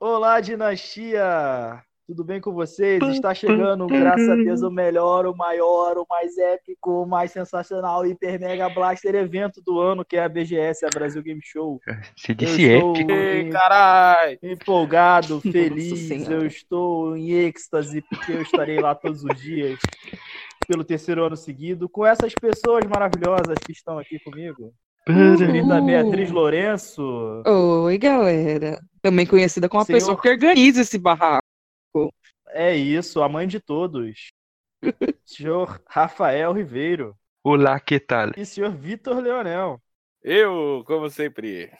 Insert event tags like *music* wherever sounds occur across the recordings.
Olá, dinastia! Tudo bem com vocês? Está chegando, graças a Deus, o melhor, o maior, o mais épico, o mais sensacional, hiper mega blaster evento do ano, que é a BGS, a Brasil Game Show. Se Eu disse estou épico. em- Caralho! empolgado, Nossa feliz, Senhora. eu estou em êxtase, porque eu estarei lá todos os dias, pelo terceiro ano seguido, com essas pessoas maravilhosas que estão aqui comigo. Querida Beatriz Lourenço, Oi, galera. Também conhecida como a Senhor. pessoa que organiza esse barraco. é isso, a mãe de todos. Senhor Rafael Ribeiro Olá, que tal? e senhor Vitor Leonel. Eu, como sempre.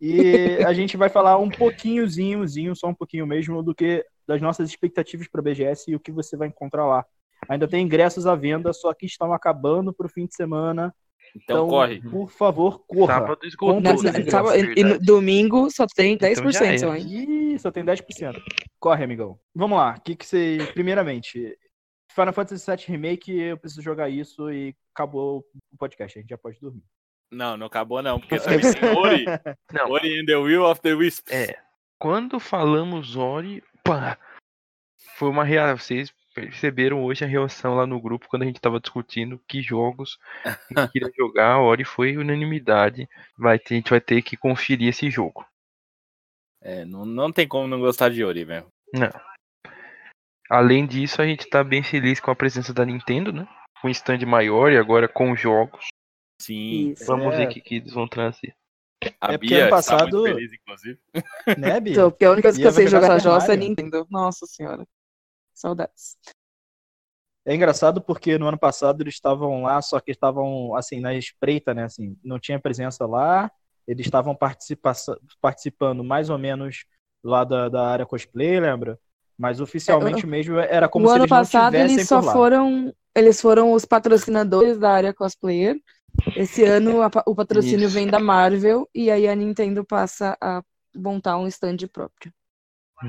E a gente vai falar um pouquinhozinhozinho, só um pouquinho mesmo, do que das nossas expectativas para BGS e o que você vai encontrar lá. Ainda tem ingressos à venda, só que estão acabando para o fim de semana. Então corre. Por favor, corra. Sábado esgotou. né? Compra Na- os na- ingressos, sábado- e- e no domingo só tem Então 10%, já era. hein? Ih, só tem 10%. Corre, amigão. Vamos lá. O que, que você. Primeiramente, Final Fantasy VII Remake, eu preciso jogar isso e acabou o podcast. A gente já pode dormir. Não, não acabou não, *laughs* porque só me ensinou Ori. Não. Ori and the Will of the Wisps. É. Quando falamos Ori, pá. Foi uma reação. Vocês perceberam hoje a reação lá no grupo quando a gente tava discutindo que jogos a gente queria jogar. Ori foi unanimidade. Vai ter, a gente vai ter que conferir esse jogo. É, não, não tem como não gostar de Ori mesmo. Além disso, a gente tá bem feliz com a presença da Nintendo, né? Com um stand maior e agora com jogos. Sim, Isso. Vamos É. ver o que, que eles vão trazer. a É porque Bia ano está muito passado- feliz, inclusive. Né, Bia? Então, porque a única coisa E que eu ela vai sei jogar jogar na Super jossa é Mario. Nintendo. Nossa senhora. Saudades. É engraçado porque no ano passado eles estavam lá, só que estavam assim na espreita, né? Assim, não tinha presença lá. Eles estavam participa- participando mais ou menos lá da, da área cosplay, lembra? Mas oficialmente mesmo era como o se É, ano eles passado não tivessem eles só por lá. foram. Eles foram os patrocinadores da área cosplayer. Esse ano a pa- o patrocínio Isso. vem da Marvel e aí a Nintendo passa a montar um stand próprio.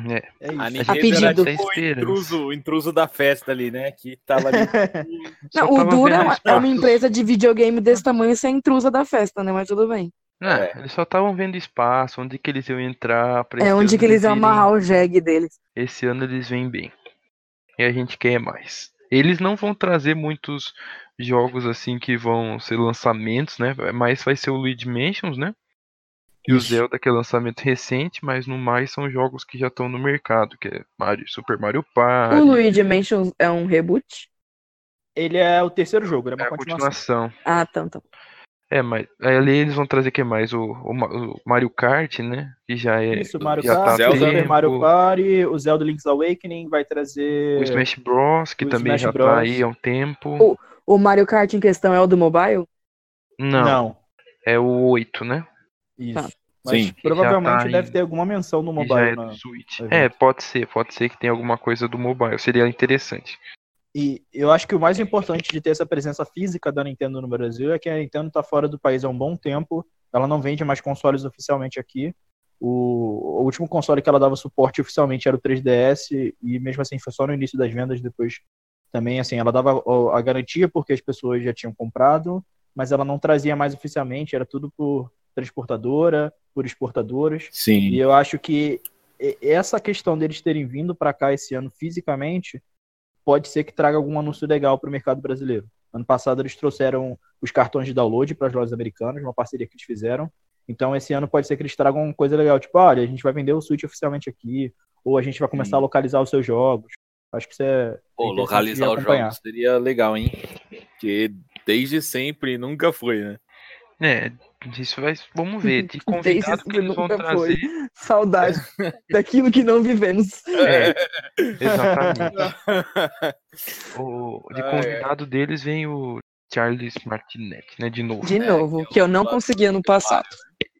É, É A isso. Nintendo pedido. era tipo o Esperança. intruso, o intruso da festa ali, né? Que tava ali. só Não, o tava Dura é vendo uma- as é uma fotos. empresa de videogame desse tamanho sem intrusa da festa, né? Mas tudo bem. Ah, É. eles só estavam vendo espaço, onde que eles iam entrar. pra É esse onde ano que eles iam virem- amarrar o jegue deles. Esse ano eles vêm bem. E a gente quer mais. Eles não vão trazer muitos jogos assim que vão ser lançamentos, né? Mas vai ser o Luigi Mansions, né? E o Isso. Zelda, que é lançamento recente, mas no mais são jogos que já estão no mercado, que é Mario, Super Mario Party, O Luigi Mansion é um reboot? Ele é o terceiro jogo, ele é é uma a continuação. continuação. Ah, então, então. É, mas aí ali eles vão trazer o que mais? O, o Ma- o Mario Kart, né? Que já é. Isso, Mario já Kart, tá há Zelda, Super tempo. Mario Party, o Zelda Link's Awakening vai trazer. O Smash Bros, que É, O também Smash já Bros. tá aí há um tempo. O Mario Kart em questão é o do mobile? Não, Não. é o 8, né? Isso. Tá. Mas Sim. Já provavelmente tá em- deve ter alguma menção no E já mobile. né? é na- do Switch. evento. É, pode ser, pode ser que tenha alguma coisa do mobile. Seria interessante. E eu acho que o mais importante de ter essa presença física da Nintendo no Brasil é que a Nintendo tá fora do país há um bom tempo. Ela não vende mais consoles oficialmente aqui. O, o último console que ela dava suporte oficialmente era o 3DS e mesmo assim foi só no início das vendas depois também assim ela dava o- a garantia porque as pessoas já tinham comprado mas ela não trazia mais oficialmente era tudo por transportadora por exportadoras e *laughs* Sim. eu acho que e- essa questão deles terem vindo para cá esse ano fisicamente pode ser que traga algum anúncio legal para o mercado brasileiro. Ano passado eles trouxeram os cartões de download para as lojas americanas, uma parceria que eles fizeram. Então esse ano pode ser que eles tragam coisa legal, tipo, olha, a gente vai vender o Switch oficialmente aqui, ou a gente vai começar a localizar os seus jogos. Acho que isso é Pô, interessante de localizar os acompanhar. jogos seria legal, hein? Porque desde sempre nunca foi, né? É, isso vai. Vamos *laughs* ver. De Desde convidado que que eles vão nunca foi. trazer. Saudade daquilo que não vivemos. É, *laughs* exatamente. O, de Ai, convidado deles vem o Charles Martinet, né? De novo. De É, novo, que é que eu o não lado conseguia no passado.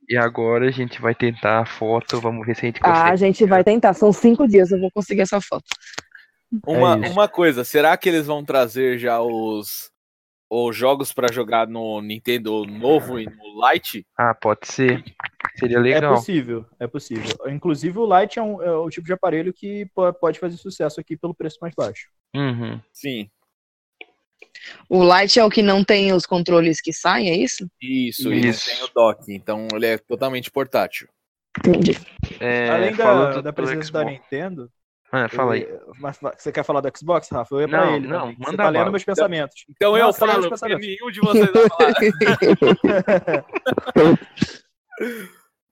E agora a gente vai tentar a foto. Vamos ver se a gente Ah, a consegue. gente vai tentar. São cinco dias, eu vou conseguir essa foto. Uma, isso. uma coisa, será que eles vão trazer já os, os jogos pra jogar no Nintendo novo e no Lite? Ah, pode ser. Seria É legal. possível, é possível. Inclusive o Lite é, um- é o tipo de aparelho que po- pode fazer sucesso aqui pelo preço mais baixo. Uhum. Sim. O Lite é o que não tem os controles que saem, é isso? Isso, isso. Isso. tem o dock, então ele é totalmente portátil. Entendi. É, Além da, falando da do presença da Xbox. Nintendo. Ah, fala aí. ele- Eh, Mas fa- você quer falar do Xbox, Rafa? Eu ia pra Não, ele. não, também, que Você manda tá lendo bala. meus pensamentos. Então Não, eu você lembra falo, de porque pensamento. nenhum de vocês vai falar. *laughs*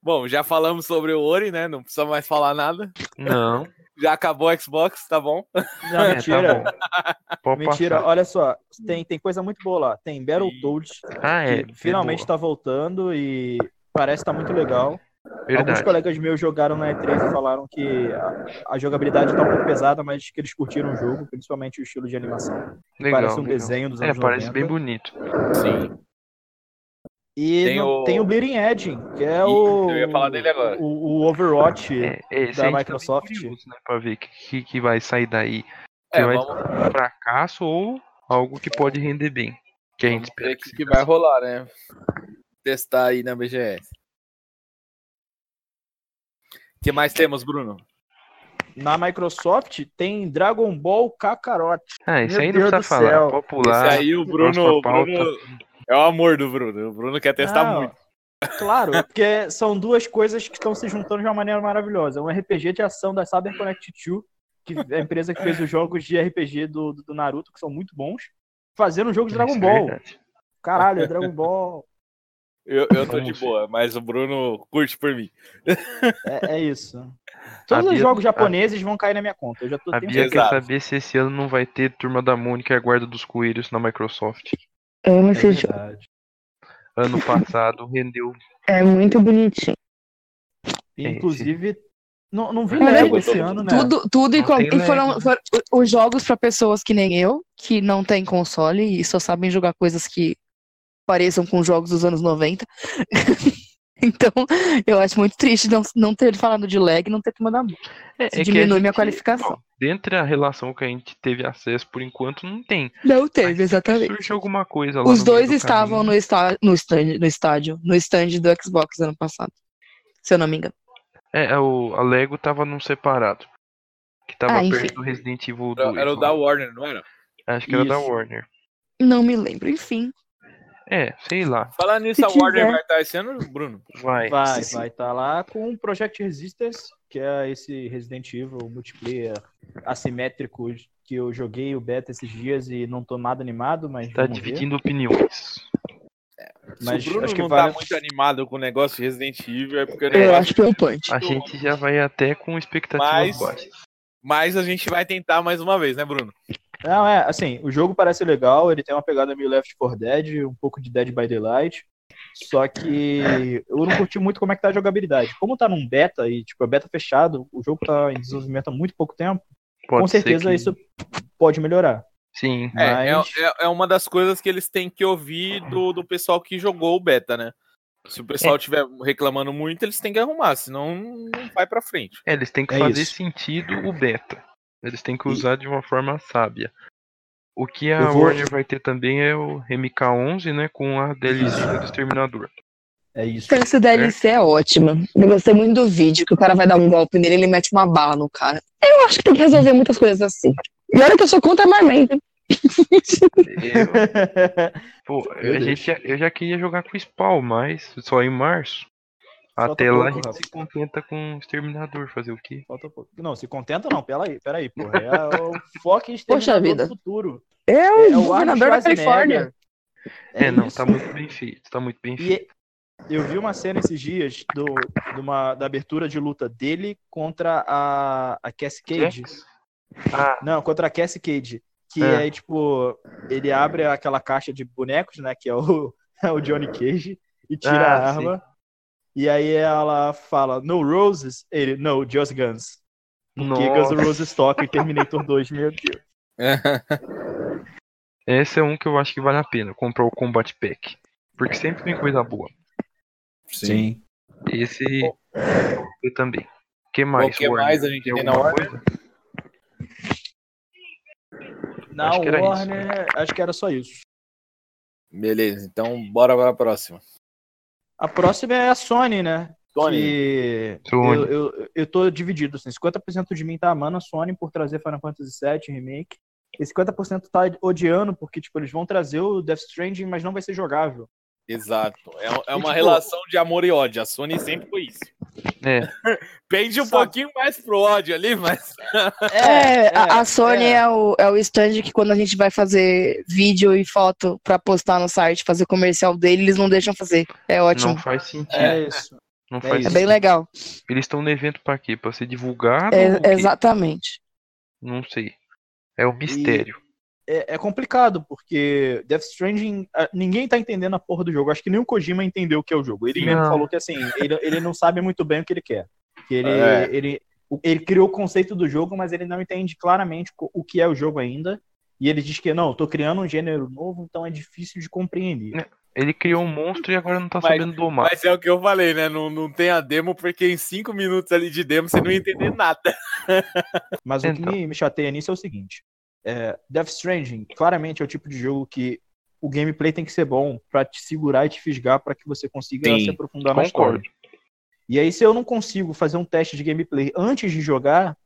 Bom, já falamos sobre o Ori, né? Não precisa mais falar nada. *laughs* Não. Já acabou o Xbox, tá bom? Não, É, Ah, mentira. Tá bom. Pode Mentira, passar. olha só, tem, tem coisa muito boa lá. Tem Battletoads, Ah, é. que finalmente boa. tá voltando e parece tá muito legal. Alguns Verdade. colegas meus jogaram na E3 e falaram que a, a jogabilidade tá um pouco pesada, mas que eles curtiram o jogo, principalmente o estilo de animação. Legal, parece um legal. desenho dos É, anos parece 90. bem bonito. Sim. E Tem tem, o- o... tem o Bleeding Edge, que é Ih, o... eu ia falar dele agora. O, o Overwatch. É, esse Da a gente tá bem Microsoft. curioso, né, pra ver o que, que vai sair daí. Se É, vai vamos, ser um fracasso ou algo que pode render bem. Que a gente vamos espera ver o que que, seja. assim. que vai rolar, né? Testar aí na BGS. O que mais temos, Bruno? Na Microsoft tem Dragon Ball Kakarot. Ah, isso Meu aí não Deus precisa do falar. céu. Popular. Esse aí o Bruno, o pauta. Bruno- É o amor do Bruno. O Bruno quer testar Ah, Não, muito. Claro, porque são duas coisas que estão se juntando de uma maneira maravilhosa. Um RPG de ação da Cyber Connect 2, que é a empresa que fez os jogos de RPG do, do Naruto, que são muito bons, fazendo um jogo de Dragon Isso é Ball. verdade. Caralho, é Dragon Ball. Eu, eu tô Vamos de ver. boa, mas o Bruno curte por mim. É, é isso. Todos os Bia- jogos japoneses vão cair na minha conta. Eu já tô A tenho Bia quer Exato. saber se esse ano não vai ter Turma da Mônica e a Guarda dos Coelhos na Microsoft. *laughs* É Eu amo esse jogo. certeza. Ano passado rendeu. É muito bonitinho. Inclusive, não, não vi Caralho, Lego botou esse ano, né? Tudo, tudo e, É. Não qual- tem e foram, Lego. foram os jogos pra pessoas que nem eu, que não tem console e só sabem jogar coisas que pareçam com jogos dos anos 90. *laughs* então, eu acho muito triste não, não ter falado de lag e não ter tomado a mão. É, Isso é que a diminui minha gente- qualificação. Bom, Dentre a relação que a gente teve acesso por enquanto, não tem. Não Mas teve, se exatamente. Surge alguma coisa lá. Tá Os no meio dois do estavam caminho. no, esta- no, stand, no estádio, no stand do Xbox ano passado. Se eu não me engano. É, é, o, a Lego tava num separado. Que tava Ah, enfim. perto do Resident Evil 2. Era, era o lá. da Warner, não era? Acho que era da Isso. Warner. Não me lembro, enfim. É, sei lá. Falar nisso, Se a Warner tiver. vai estar esse ano, Bruno? Vai. Vai, Sim, sim. vai estar lá com o Project Resistance, que é esse Resident Evil multiplayer assimétrico que eu joguei o beta esses dias e não tô nada animado, mas Tá vamos ver. dividindo opiniões. Mas Se o Bruno acho que não vale- tá muito animado com o negócio de Resident Evil, é porque o Eu negócio- acho preocupante. A gente já vai até com expectativas Mas- baixas. Mas a gente vai tentar mais uma vez, né, Bruno? Não, é, assim, o jogo parece legal, ele tem uma pegada meio Left 4 Dead, um pouco de Dead by Daylight, só que eu não curti muito como é que tá a jogabilidade. Como tá num beta e, tipo, é beta fechado, o jogo tá em desenvolvimento há muito pouco tempo, Pode com ser certeza que- isso pode melhorar. Sim. É, é- Mas- é, é uma das coisas que eles têm que ouvir do, do pessoal que jogou o beta, né? Se o É. pessoal estiver reclamando muito, eles têm que arrumar, senão não vai *laughs* pra frente. É, eles têm que É fazer isso. sentido o beta. Eles têm que E- usar de uma forma sábia. O que a Eu vou- Warner vai ter também é o MK11, né? Com a DLC *laughs* do Exterminador. É *laughs* isso. Então, essa DLC é ótima. Eu gostei muito do vídeo, que o cara vai dar um golpe nele e ele mete uma bala no cara. Eu acho que tem que resolver muitas coisas assim. E olha que eu sou contra armamento. hein? *laughs* Eu, pô, Meu a Deus. gente já- eu já queria jogar com o Spawn, mas só em março. Falta Até lá tá a pouco, gente Rafa. se contenta com o Exterminador. Fazer o quê? Falta pouco. Não, se contenta não, peraí, peraí, porra. É *laughs* o foco em Poxa vida. do futuro. É É, o o governador da Arnold Califórnia. Schwarzenegger. É, não, isso. tá muito bem feito. Tá muito bem feito. E eu vi uma cena esses dias do, de uma- da abertura de luta dele contra a, a Cassie é Cage. Jax? Ah, Não, contra a Cassie Cage. Que É. é. tipo, ele abre aquela caixa de bonecos, né? Que é o, *laughs* é o Johnny Cage, e tira a Ah, arma. E aí ela fala, no roses, ele, no, just guns. Que Guns nossa. N' Roses toca em Terminator 2, meu Deus. Esse é um que eu acho que vale a pena comprar o Combat Pack. Porque sempre tem coisa boa. Esse Bom. eu também. O que mais? o que é Warner? mais a gente tem na alguma Warner? coisa? Na Acho que era isso, né? Warner, acho que era só isso. Beleza, então bora para a próxima. A próxima é a Sony, né? Tony, Que Sony. Eu, eu, eu tô dividido, assim, 50% de mim tá amando a Sony por trazer Final Fantasy VII Remake, e 50% tá odiando, porque, tipo, eles vão trazer o Death Stranding, mas não vai ser jogável. exato. É, é E, uma tipo, relação de amor e ódio. A Sony sempre foi isso. É. Pende um Sabe- pouquinho mais pro ódio ali, mas. É, a, a Sony é. o, é o stand que quando a gente vai fazer vídeo e foto pra postar no site, fazer comercial dele, eles não deixam fazer. É ótimo. Não faz sentido. É, isso. Não é faz isso. é sentido. bem legal. Eles estão no evento pra quê? Pra ser divulgado? É- ou o quê? exatamente. Não sei. É um mistério. É, é complicado, porque Death Stranding, ah, ninguém tá entendendo a porra do jogo. Acho que nem o Kojima entendeu o que é o jogo. Ele mesmo Não. falou que assim, ele, ele não sabe muito bem o que ele quer. Que ele, É. ele, o- ele criou o conceito do jogo, mas ele não entende claramente co- o que é o jogo ainda. E ele diz que não, tô criando um gênero novo, então é difícil de compreender. Ele criou um monstro e agora não tá Mas- sabendo domar. Mas é o que eu falei, né? Não, não tem a demo, porque em cinco minutos ali de demo você não ia entender nada. Mas o que Então. me, me chateia nisso é o seguinte: é, Death Stranding, claramente é o tipo de jogo que o gameplay tem que ser bom pra te segurar e te fisgar pra que você consiga Sim, se aprofundar na história. Concordo. E aí, se eu não consigo fazer um teste de gameplay antes de jogar,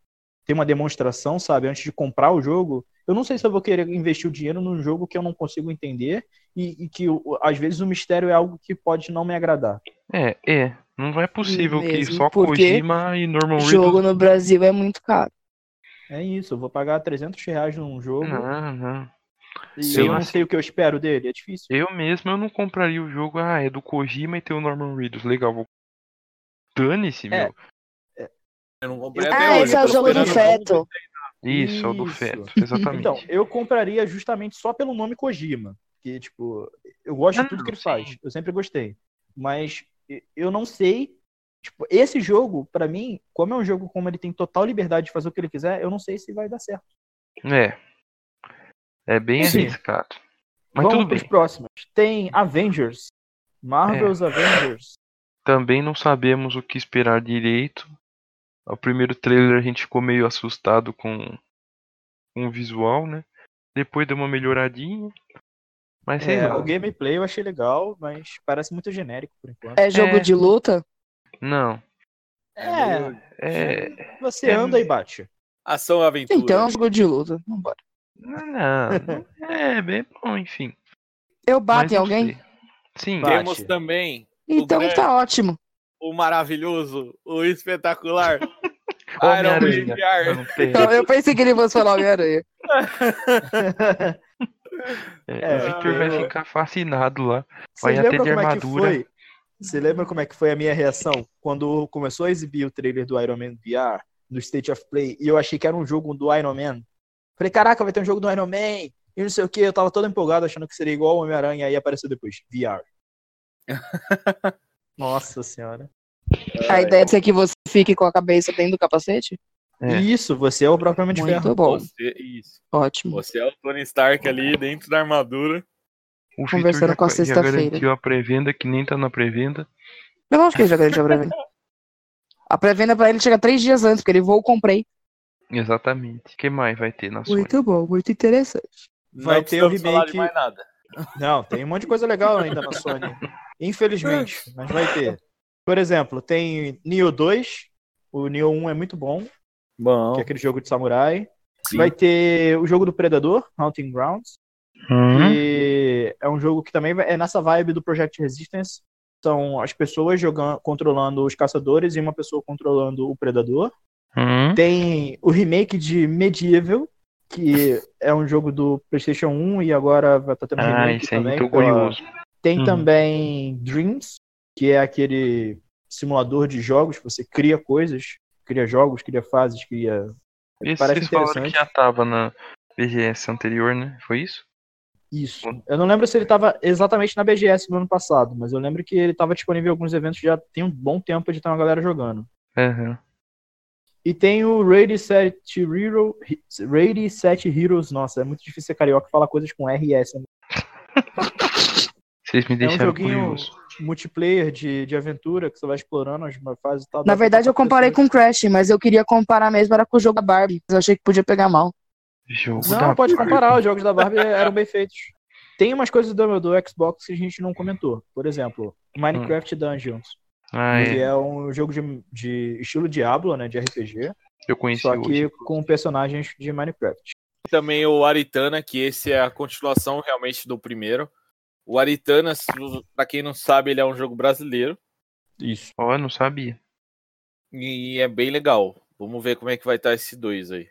ter uma demonstração, sabe, antes de comprar o jogo, eu não sei se eu vou querer investir o dinheiro num jogo que eu não consigo entender e, e que, o- às vezes, o mistério é algo que pode não me agradar. É, é. Não é possível que Mesmo, só porque Kojima e Norman Reedus... Jogo no Brasil é muito caro. É isso, eu vou pagar 300 reais num jogo Não, não. e sim, eu não assim- sei o que eu espero dele, é difícil. Eu mesmo eu não compraria o jogo. Ah, é do Kojima e tem o Norman Reedus. Legal, vou. Dane-se, É, meu. Eu não comprei até Ah, hoje, esse é eu o tô jogo do esperando. um feto. Isso, é o do Isso. *laughs* feto. Exatamente. Então, eu compraria justamente só pelo nome Kojima. Que, tipo, eu gosto de tudo que ele Não, faz. Ah, sim. Eu sempre gostei. Mas e- eu não sei. Tipo, esse jogo, pra mim, como é um jogo como ele tem total liberdade de fazer o que ele quiser, eu não sei se vai dar certo. É. É bem Sim. arriscado. Mas Vamos tudo pros bem. É. próximos. Tem Avengers. Marvel's *laughs* Avengers. Também não sabemos o que esperar direito. O primeiro trailer a gente ficou meio assustado com, com o visual, né? Depois deu uma melhoradinha. Mas sei É, lá. o gameplay eu achei legal, mas parece muito genérico por enquanto. É jogo É. de luta? Não. É, É. você É. anda e bate. Ação e aventura. Então é um jogo de luta. Vambora. Não. É bem bom, enfim. Eu bato Mas em não alguém? sei. Sim. Bate. temos também Então grande. tá ótimo. o maravilhoso, o *laughs* espetacular. Iron Homem-Aranha. Man VR. Não tem. Então, eu pensei que ele fosse *laughs* falar Homem-Aranha. É, o Victor vai eu- ficar fascinado lá. Você Olha, lembra até de como armadura. é que foi? Você lembra como é que foi a minha reação quando começou a exibir o trailer do Iron Man VR no State of Play e eu achei que era um jogo do Iron Man? Falei, caraca, vai ter um jogo do Iron Man e não sei o que. Eu tava todo empolgado achando que seria igual o Homem-Aranha e aí apareceu depois VR. Nossa senhora. A ideia é que você fique com a cabeça dentro do capacete? É. Isso, você é o propriamente ferro. Muito bom. Você, isso. Ótimo. Você é o Tony Stark ali dentro da armadura. O Victor Conversando já com a fa- já sexta-feira. garantiu a pré-venda, que nem tá na pré-venda. Eu não acho que ele já garantiu a pré-venda. A pré-venda pra ele chega três dias antes, porque ele voou, comprei. Exatamente. O que mais vai ter na Sony? bom, muito interessante. Vai não ter o precisamos falar de remake- mais nada. Não, tem um monte de coisa legal ainda na Sony. Infelizmente, mas vai ter. Por exemplo, tem Nioh 2. O Nioh 1 é muito bom, que é Bom, aquele jogo de samurai. sim. Vai ter o jogo do Predador, Hunting Grounds, Hum, que é um jogo que também vai- é nessa vibe do Project Resistance. São as pessoas jogando, controlando os caçadores e uma pessoa controlando o predador. hum. Tem o remake de Medieval, que é um jogo do PlayStation 1 e agora vai estar tendo Ah, remake isso aí, também. tô pela- curioso. Tem Uhum. também Dreams, que é aquele simulador de jogos, que você cria coisas, cria jogos, cria fases, cria Esse parece vocês falaram que interessante. já tava na BGS anterior, né? Foi isso? Isso. Bom. Eu não lembro se ele estava exatamente na BGS do ano passado, mas eu lembro que ele estava disponível em alguns eventos já tem um bom tempo de estar uma galera jogando. Aham. E tem o Raid 7 Hero, Raid 7 Heroes, nossa, é muito difícil ser carioca e falar coisas com RS. né? Vocês me É deixaram um joguinho- curioso. Multiplayer de, de aventura, que você vai explorando as fases e tal. Na dá pra verdade, eu passar comparei pessoas. com Crash, mas eu queria comparar mesmo era com o jogo da Barbie. Mas eu achei que podia pegar mal. Jogo Não, da pode Barbie. comparar, os jogos da Barbie eram bem feitos. Tem umas coisas do, do Xbox que a gente não comentou. Por exemplo, Minecraft Dungeons, Ah, que é. é um jogo de, de estilo Diablo, né, de RPG. Eu conheci Só que hoje. com personagens de Minecraft. também o Aritana, que esse é a continuação realmente do primeiro. O Aritana, se- pra quem não sabe, ele é um jogo brasileiro. Isso. Ó, eu não sabia. E é bem legal. Vamos ver como é que vai estar esse 2 aí.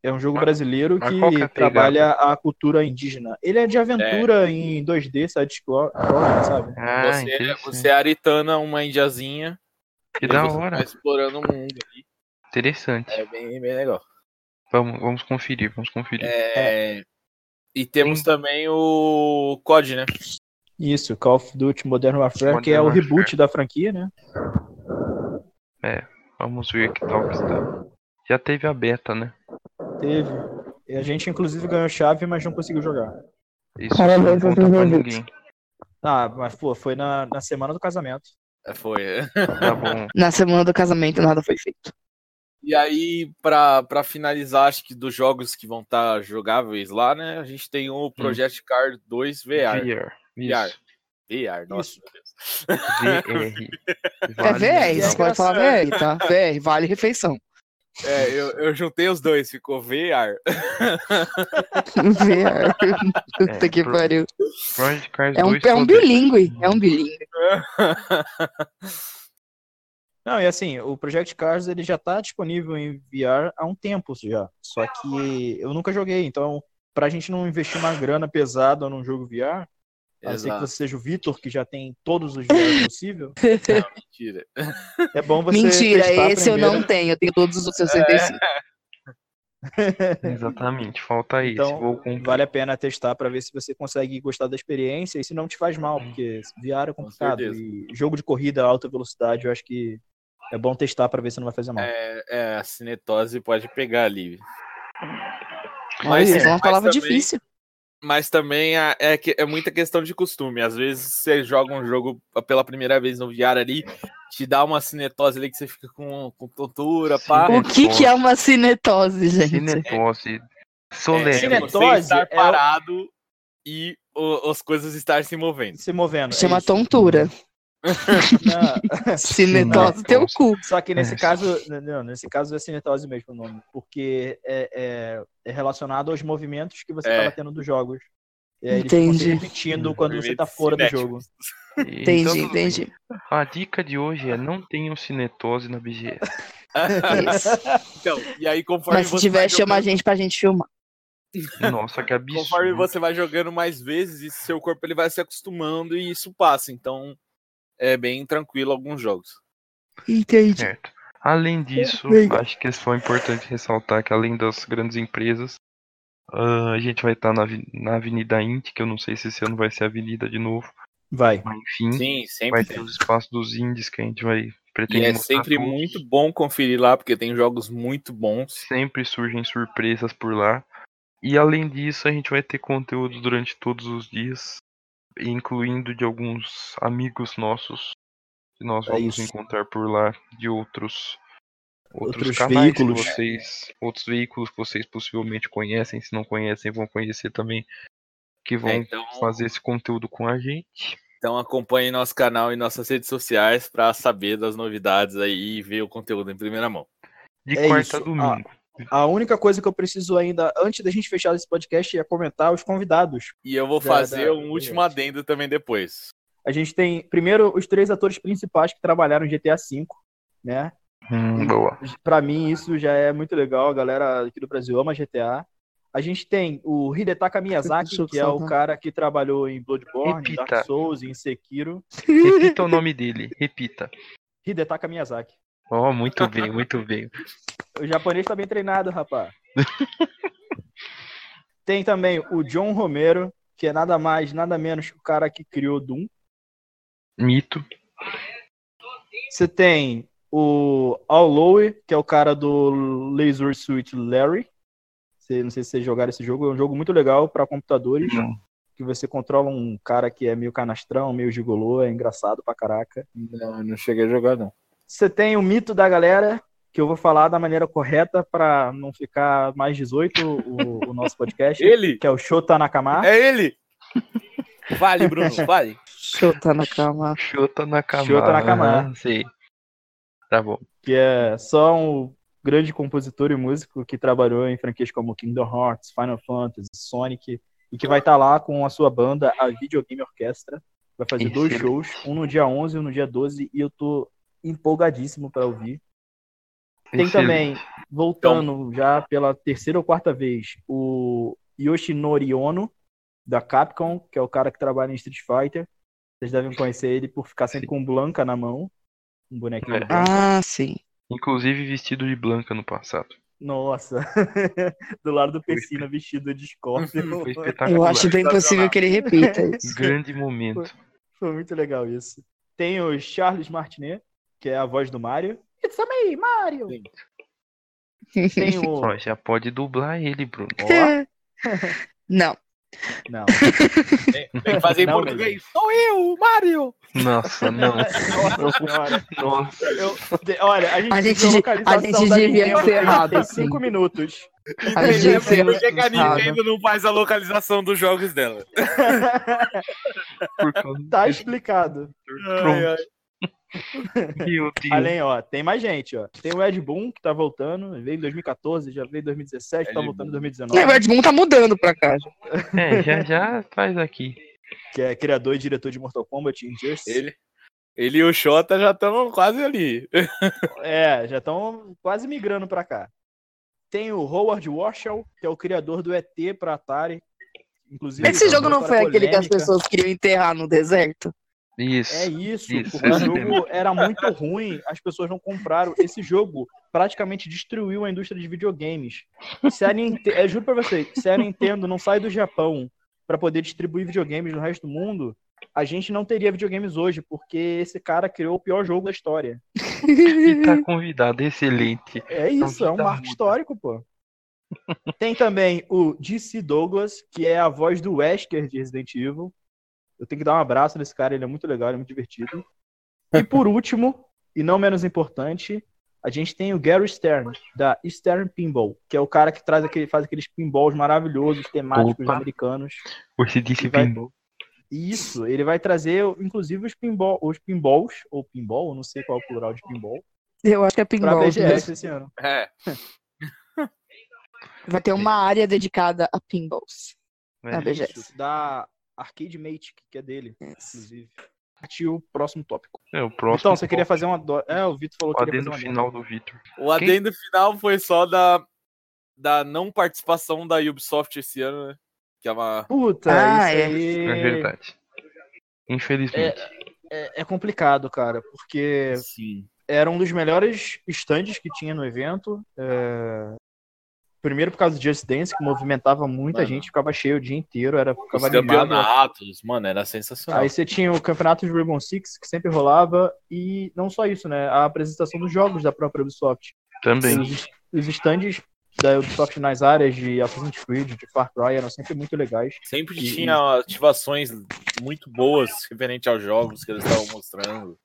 É um jogo brasileiro mas qual que é que a pegada? trabalha a cultura indígena. Ele é de aventura em 2D, side-scroll, sabe? Ah, você, é- interessante. você é aritana, uma indiazinha. Que e da você hora. Tá explorando o mundo ali. Interessante. É bem, bem legal. Vamos, vamos conferir, vamos conferir. É, E temos também o COD, né? Isso, Call of Duty Modern Warfare, Modern que é o Warfare. reboot da franquia, né? Vamos ver que tal que está. Já teve a beta, né? Teve. E a gente, inclusive, ganhou chave, mas não conseguiu jogar. Isso Parabéns, não conta pra vocês ouvintes. ninguém. Ah, mas pô, foi na, na semana do casamento. É, Foi. *laughs* Tá bom. Na semana do casamento nada foi feito. E aí, pra pra finalizar, acho que dos jogos que vão estar jogáveis lá, né? A gente tem Hum. o Project Card 2 VR. VR. VR. Isso. VR, nossa. meu Deus. VR. É Vale VR, a você pode falar VR, *laughs* tá? VR, vale refeição. É, eu, eu juntei os dois, ficou VR. VR. Puta É, que pro- pariu. Project Cars É um, 2 é um poder. bilíngue. É um bilíngue. Não, e assim, o Project Cars ele já tá disponível em VR há um tempo já. Só que eu nunca joguei, então pra gente não investir uma grana pesada num jogo VR, a não ser que Exato. você seja o Vitor, que já tem todos os VR possível, Não, mentira. é bom você Mentira, testar esse eu primeiro. não tenho. Eu tenho todos os outros 65. Exatamente, falta esse. Então, Vou comprar. Vale a pena testar pra ver se você consegue gostar da experiência e se não te faz mal, porque VR é complicado. certeza. E jogo de corrida, alta velocidade, eu acho que é bom testar pra ver se não vai fazer mal. É, é, a cinetose pode pegar ali. um Mas, é uma mas palavra também- difícil. Mas também a- é, que- é muita questão de costume. Às vezes você joga um jogo pela primeira vez no VR ali, te dá uma cinetose ali que você fica com, com tontura, Sim. pá. O que, que é uma cinetose, gente? Cinetose. É, Solene. cinetose você estar é o- parado e o- as coisas estar se *laughs* movendo. Se movendo. é Chama isso. tontura. Não, Cinetose, teu Então, cu. Só que nesse É. caso, não, nesse caso é cinetose mesmo o nome, porque é, é- é relacionado aos movimentos que você É. estava tendo dos jogos. E aí eles Entendi. ficam se repetindo quando você tá fora do Cinéticos. jogo. Então, Entendi, *laughs* entendi. A dica de hoje é não tenham cinetose na BGS. Isso. Então, e aí conforme Mas se você vai tiver, chama a jogando, gente pra gente filmar. Nossa, que absurdo. *laughs* conforme você vai jogando mais vezes, isso- seu corpo ele vai se acostumando e isso passa. Então é bem tranquilo alguns jogos. Entendi. É. Certo. É, Além disso, Legal. acho que é só importante ressaltar que além das grandes empresas, ah, a gente vai estar na, avi- na Avenida Int, que eu não sei se esse ano vai ser Avenida de novo, Vai. mas enfim, Sim, sempre vai tem. ter os espaços dos indies que a gente vai E pretender é mostrar sempre tudo. muito bom conferir lá, porque tem jogos muito bons. Sempre surgem surpresas por lá. E além disso, a gente vai ter conteúdo durante todos os dias, incluindo de alguns amigos nossos que nós É vamos isso. encontrar por lá, de outros outros, Outros canais que veículos. vocês, outros veículos que vocês possivelmente conhecem, se não conhecem, vão conhecer também, que vão É, então, fazer esse conteúdo com a gente. então acompanhe nosso canal e nossas redes sociais para saber das novidades aí e ver o conteúdo em primeira mão. De É quarta isso. a Ah, domingo. A única coisa que eu preciso ainda, antes da gente fechar esse podcast, é comentar os convidados. E eu vou Da- fazer da- um último adendo também depois. A gente tem, primeiro, os três atores principais que trabalharam em GTA V, né? Hum, *laughs* boa. Pra mim, isso já é muito legal. A galera aqui do Brasil ama GTA. A gente tem o Hidetaka Miyazaki, Deixa eu que é o salvar. cara que trabalhou em Bloodborne, Repita. Dark Souls, em Sekiro. Repita o nome dele, repita. Hidetaka Miyazaki. Ó, muito bem, muito bem. O japonês tá bem treinado, rapá. tem também o John Romero, que é nada mais, nada menos que o cara que criou Doom. Mito. Você tem o Al Lowe, que é o cara do Laser Suit Larry. Você- não sei se vocês jogaram esse jogo, é um jogo muito legal pra computadores. Não. Que você controla um cara que é meio canastrão, meio gigolô, é engraçado pra caraca. Não, não cheguei a jogar, não. Você tem o mito da galera, que eu vou falar da maneira correta pra não ficar mais 18 o, o nosso podcast, Ele? que é o Shota Nakama. É ele! *laughs* Vale, Bruno, vale. Chuta na cama. Shota Nakama. Shota Nakama. aham, Sei. Tá bom. que é só um grande compositor e músico que trabalhou em franquias como Kingdom Hearts, Final Fantasy, Sonic, e que vai estar lá com a sua banda, a Videogame Orquestra. Vai fazer dois Excelente. shows, um no dia 11 e um no dia 12, e eu tô empolgadíssimo pra ouvir. Tem também, Então- voltando já pela terceira ou quarta vez, o Yoshinori Ono, da Capcom, que é o cara que trabalha em Street Fighter. Vocês devem conhecer ele por ficar sempre Sim. com Blanca na mão. Um bonequinho. É. branco. Ah, sim. Inclusive vestido de Blanca no passado. Nossa! *laughs* do lado do Pessina vestido *laughs* de Scorpion. Foi Eu espetacular. acho bem Tá possível que ele repita *laughs* isso. Grande momento. Foi muito legal isso. Tem o Charles Martinet, que é a voz do Mario. It's a me, Mario! Sim. Tem *laughs* o... Ó, já pode dublar ele, Bruno. Ó, *laughs* *laughs* Não. *laughs* não. Tem que fazer em Não, português. Sou eu, Mario! Nossa, não. *laughs* É Nossa senhora. Nossa. Eu- de- Olha, a gente, A gente tem de- localização a gente da devia Nintendo ser errado, Tem sim. cinco minutos. A gente Entendeu? ser Por que que a responsável. Nintendo não faz a localização dos jogos dela? Por causa Tá desse explicado. Pronto. Meu Deus. Além, ó, tem mais gente, ó. Tem o Ed Boon, que tá voltando. Veio em 2014, já veio em 2017, tá Ed voltando em É, o 2019. Red Moon tá mudando pra cá. É, já já faz aqui. Que é criador e diretor de Mortal Kombat Injustice. Ele, ele e o Xota já estão quase ali. É, já estão quase migrando pra cá. Tem o Howard Warshaw, que é o criador do ET pra Atari. Inclusive, Esse ele jogo não causou foi para aquele que as polêmica. pessoas queriam enterrar no deserto? Isso. É isso, Isso, porque o esse jogo mesmo. era muito ruim, as pessoas não compraram. Esse jogo praticamente destruiu a indústria de videogames. Se a Ninte- eu juro pra vocês, se a Nintendo não sai do Japão pra poder distribuir videogames no resto do mundo, a gente não teria videogames hoje, porque esse cara criou o pior jogo da história. E tá convidado, excelente. É isso, é um marco histórico, pô. Tem também o DC Douglas, que é a voz do Wesker de Resident Evil. Eu tenho que dar um abraço nesse cara, ele é muito legal, ele é muito divertido. E por último, e não menos importante, a gente tem o Gary Stern, da Stern Pinball, que é o cara que traz aquele, faz aqueles pinballs maravilhosos, temáticos Opa. americanos. Você disse E vai- pinball. Isso, ele vai trazer, inclusive, os, pinball, os pinballs, ou pinball, eu não sei qual é o plural de pinball, Eu acho que é pra pinball. mesmo. BGS esse ano. É. Vai ter uma área dedicada a pinballs. Mas Ah, beleza. Isso, da Arcade Matic, que é dele, inclusive. Partiu o próximo tópico. É o próximo. então, você queria fazer uma. do- É, o Vitor falou que queria fazer Adendo uma. final do Vitor. O Quem- adendo final foi só da, da não participação da Ubisoft esse ano, né? Que é uma. Puta, Ah, isso é. aí. É verdade. Infelizmente. É, é complicado, cara, É, porque Sim. era um dos melhores stands que tinha no evento. é, Primeiro por causa do Just Dance, que movimentava muita Mano. gente, ficava cheio o dia inteiro, era, Os ficava animado. campeonatos, mano, era sensacional. Aí você tinha o campeonato de Rainbow Six, que sempre rolava, e não só isso, né? A apresentação dos jogos da própria Ubisoft. Também. os, os stands da Ubisoft nas áreas de Assassin's Creed, de Far Cry, eram sempre muito legais. Sempre E- tinha ativações muito boas referente aos jogos que eles estavam mostrando.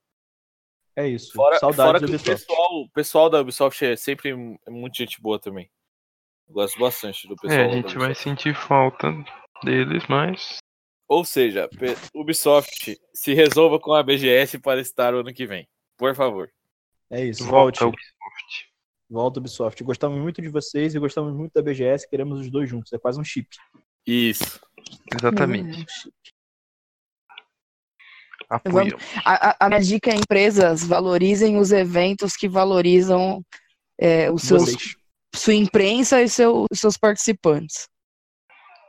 É isso. Fora, Saudades fora da que o Ubisoft. pessoal, o pessoal da Ubisoft é sempre m- é muito gente boa também. Eu gosto bastante do pessoal É, a da gente Ubisoft. vai sentir falta deles, mas. Ou seja, pe- Ubisoft, se resolva com a BGS para estar o ano que vem. Por favor. É isso. Volte. Volta Ubisoft. Volta Ubisoft. Gostamos muito de vocês e gostamos muito da BGS. Queremos os dois juntos. É quase um chip. Isso. Exatamente. Hum. Apoio. A, a- a minha dica é empresas, valorizem os eventos que valorizam é, os seus, Vocês. sua imprensa e seu- os seus participantes.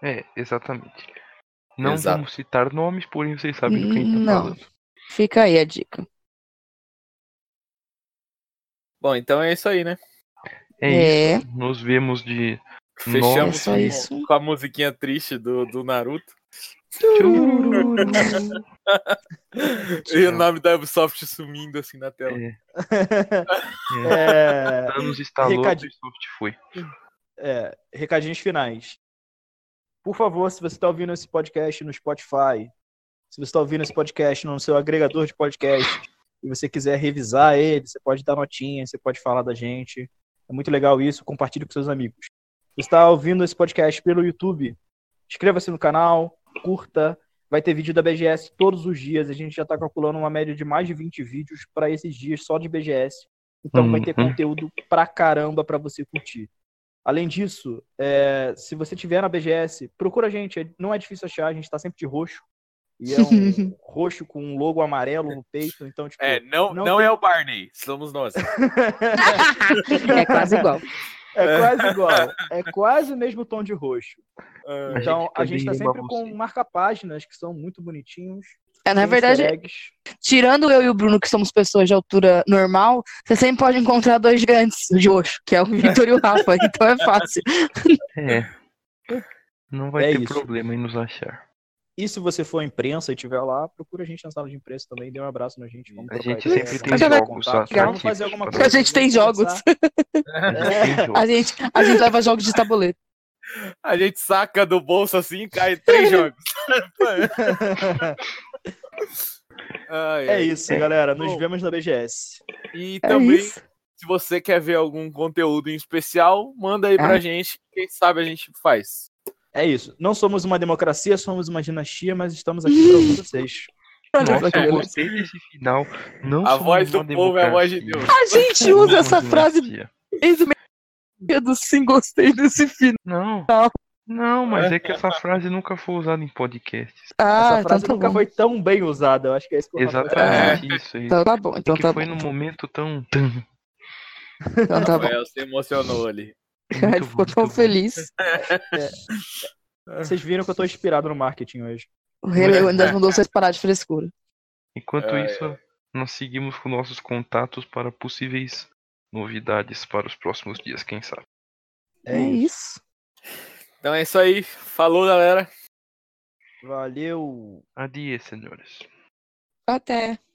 É, exatamente. Não Exato. vamos citar nomes, porém vocês sabem do que a gente tá Não. falando. Fica aí a dica. Bom, então é isso aí, né? É, É. isso. Nos vemos de. É Fechamos Nossa, só com, isso. com a musiquinha triste do, do Naruto. E o nome da Ubisoft sumindo assim na tela. É, é. É, *laughs* Thanos instalou, Recadinho. Ubisoft foi. é, recadinhos finais. Por favor, se você está ouvindo esse podcast no Spotify, se você está ouvindo esse podcast no seu agregador de podcast e você quiser revisar ele, você pode dar notinha, você pode falar da gente. É muito legal isso, compartilhe com seus amigos. Se está ouvindo esse podcast pelo YouTube, inscreva-se no canal, curta. Vai ter vídeo da BGS todos os dias. A gente já está calculando uma média de mais de 20 vídeos para esses dias só de BGS. Então vai ter Uhum. conteúdo pra caramba para você curtir. Além disso, é, se você tiver na BGS, procura a gente. Não é difícil achar, a gente está sempre tá de roxo. E é um roxo com um logo amarelo no peito, então, tipo. É, não, Não não, é o Barney, somos nós. *laughs* É quase igual. É quase igual. É quase o mesmo tom de roxo. Ah, Então, gente a gente tá também ama sempre com você. marca-páginas que são muito bonitinhos. É, na tem verdade, easter eggs. tirando eu e o Bruno, que somos pessoas de altura normal, você sempre pode encontrar dois gigantes de roxo, que é o Vitor e o Rafa, então é fácil. É. Não vai É ter isso. problema em nos *laughs* achar. E se você for à imprensa e estiver lá, procura a gente na sala de imprensa também, dê um abraço na gente. Vamos A trocar gente ideia, sempre tem vamos entrar em jogos contato, atrativos Vamos fazer alguma pra coisa. tá? fazer. A gente tem vamos conversar. jogos. A gente tem jogo. A gente, a gente leva jogos de tabuleiro. A gente saca do bolso assim e cai três jogos. *laughs* *laughs* Ai, É ai. isso, galera. Nos Bom. vemos na BGS. E É também, isso. se você quer ver algum conteúdo em especial, manda aí pra gente. Quem sabe a gente faz. É isso. Não somos uma democracia, somos uma dinastia, mas estamos aqui para ouvir vocês. é Nossa, eu gostei desse final. Não A somos voz do uma povo é a voz de democracia. Deus. A gente usa essa *laughs* Não, frase democracia. desde o meio do sim, gostei desse final. Não. Não. Não, mas é que essa frase nunca foi usada em *laughs* podcasts. Ah, Essa frase então tá nunca bom. foi tão bem usada. Eu acho que é isso que eu tava falando. Exatamente isso aí. Então tá bom, então que tá foi bom. num momento tão. *laughs* tão Então tá bom. Rafael se É, emocionou ali. Ele ficou tão feliz. Vocês viram que eu tô inspirado no marketing hoje. O Rei Leão ainda mandou vocês parar de frescura. Enquanto Ai, isso, nós seguimos com nossos contatos para possíveis novidades para os próximos dias, quem sabe. É isso. Então é isso aí. Falou, galera. Valeu. Adiê, senhores. Até.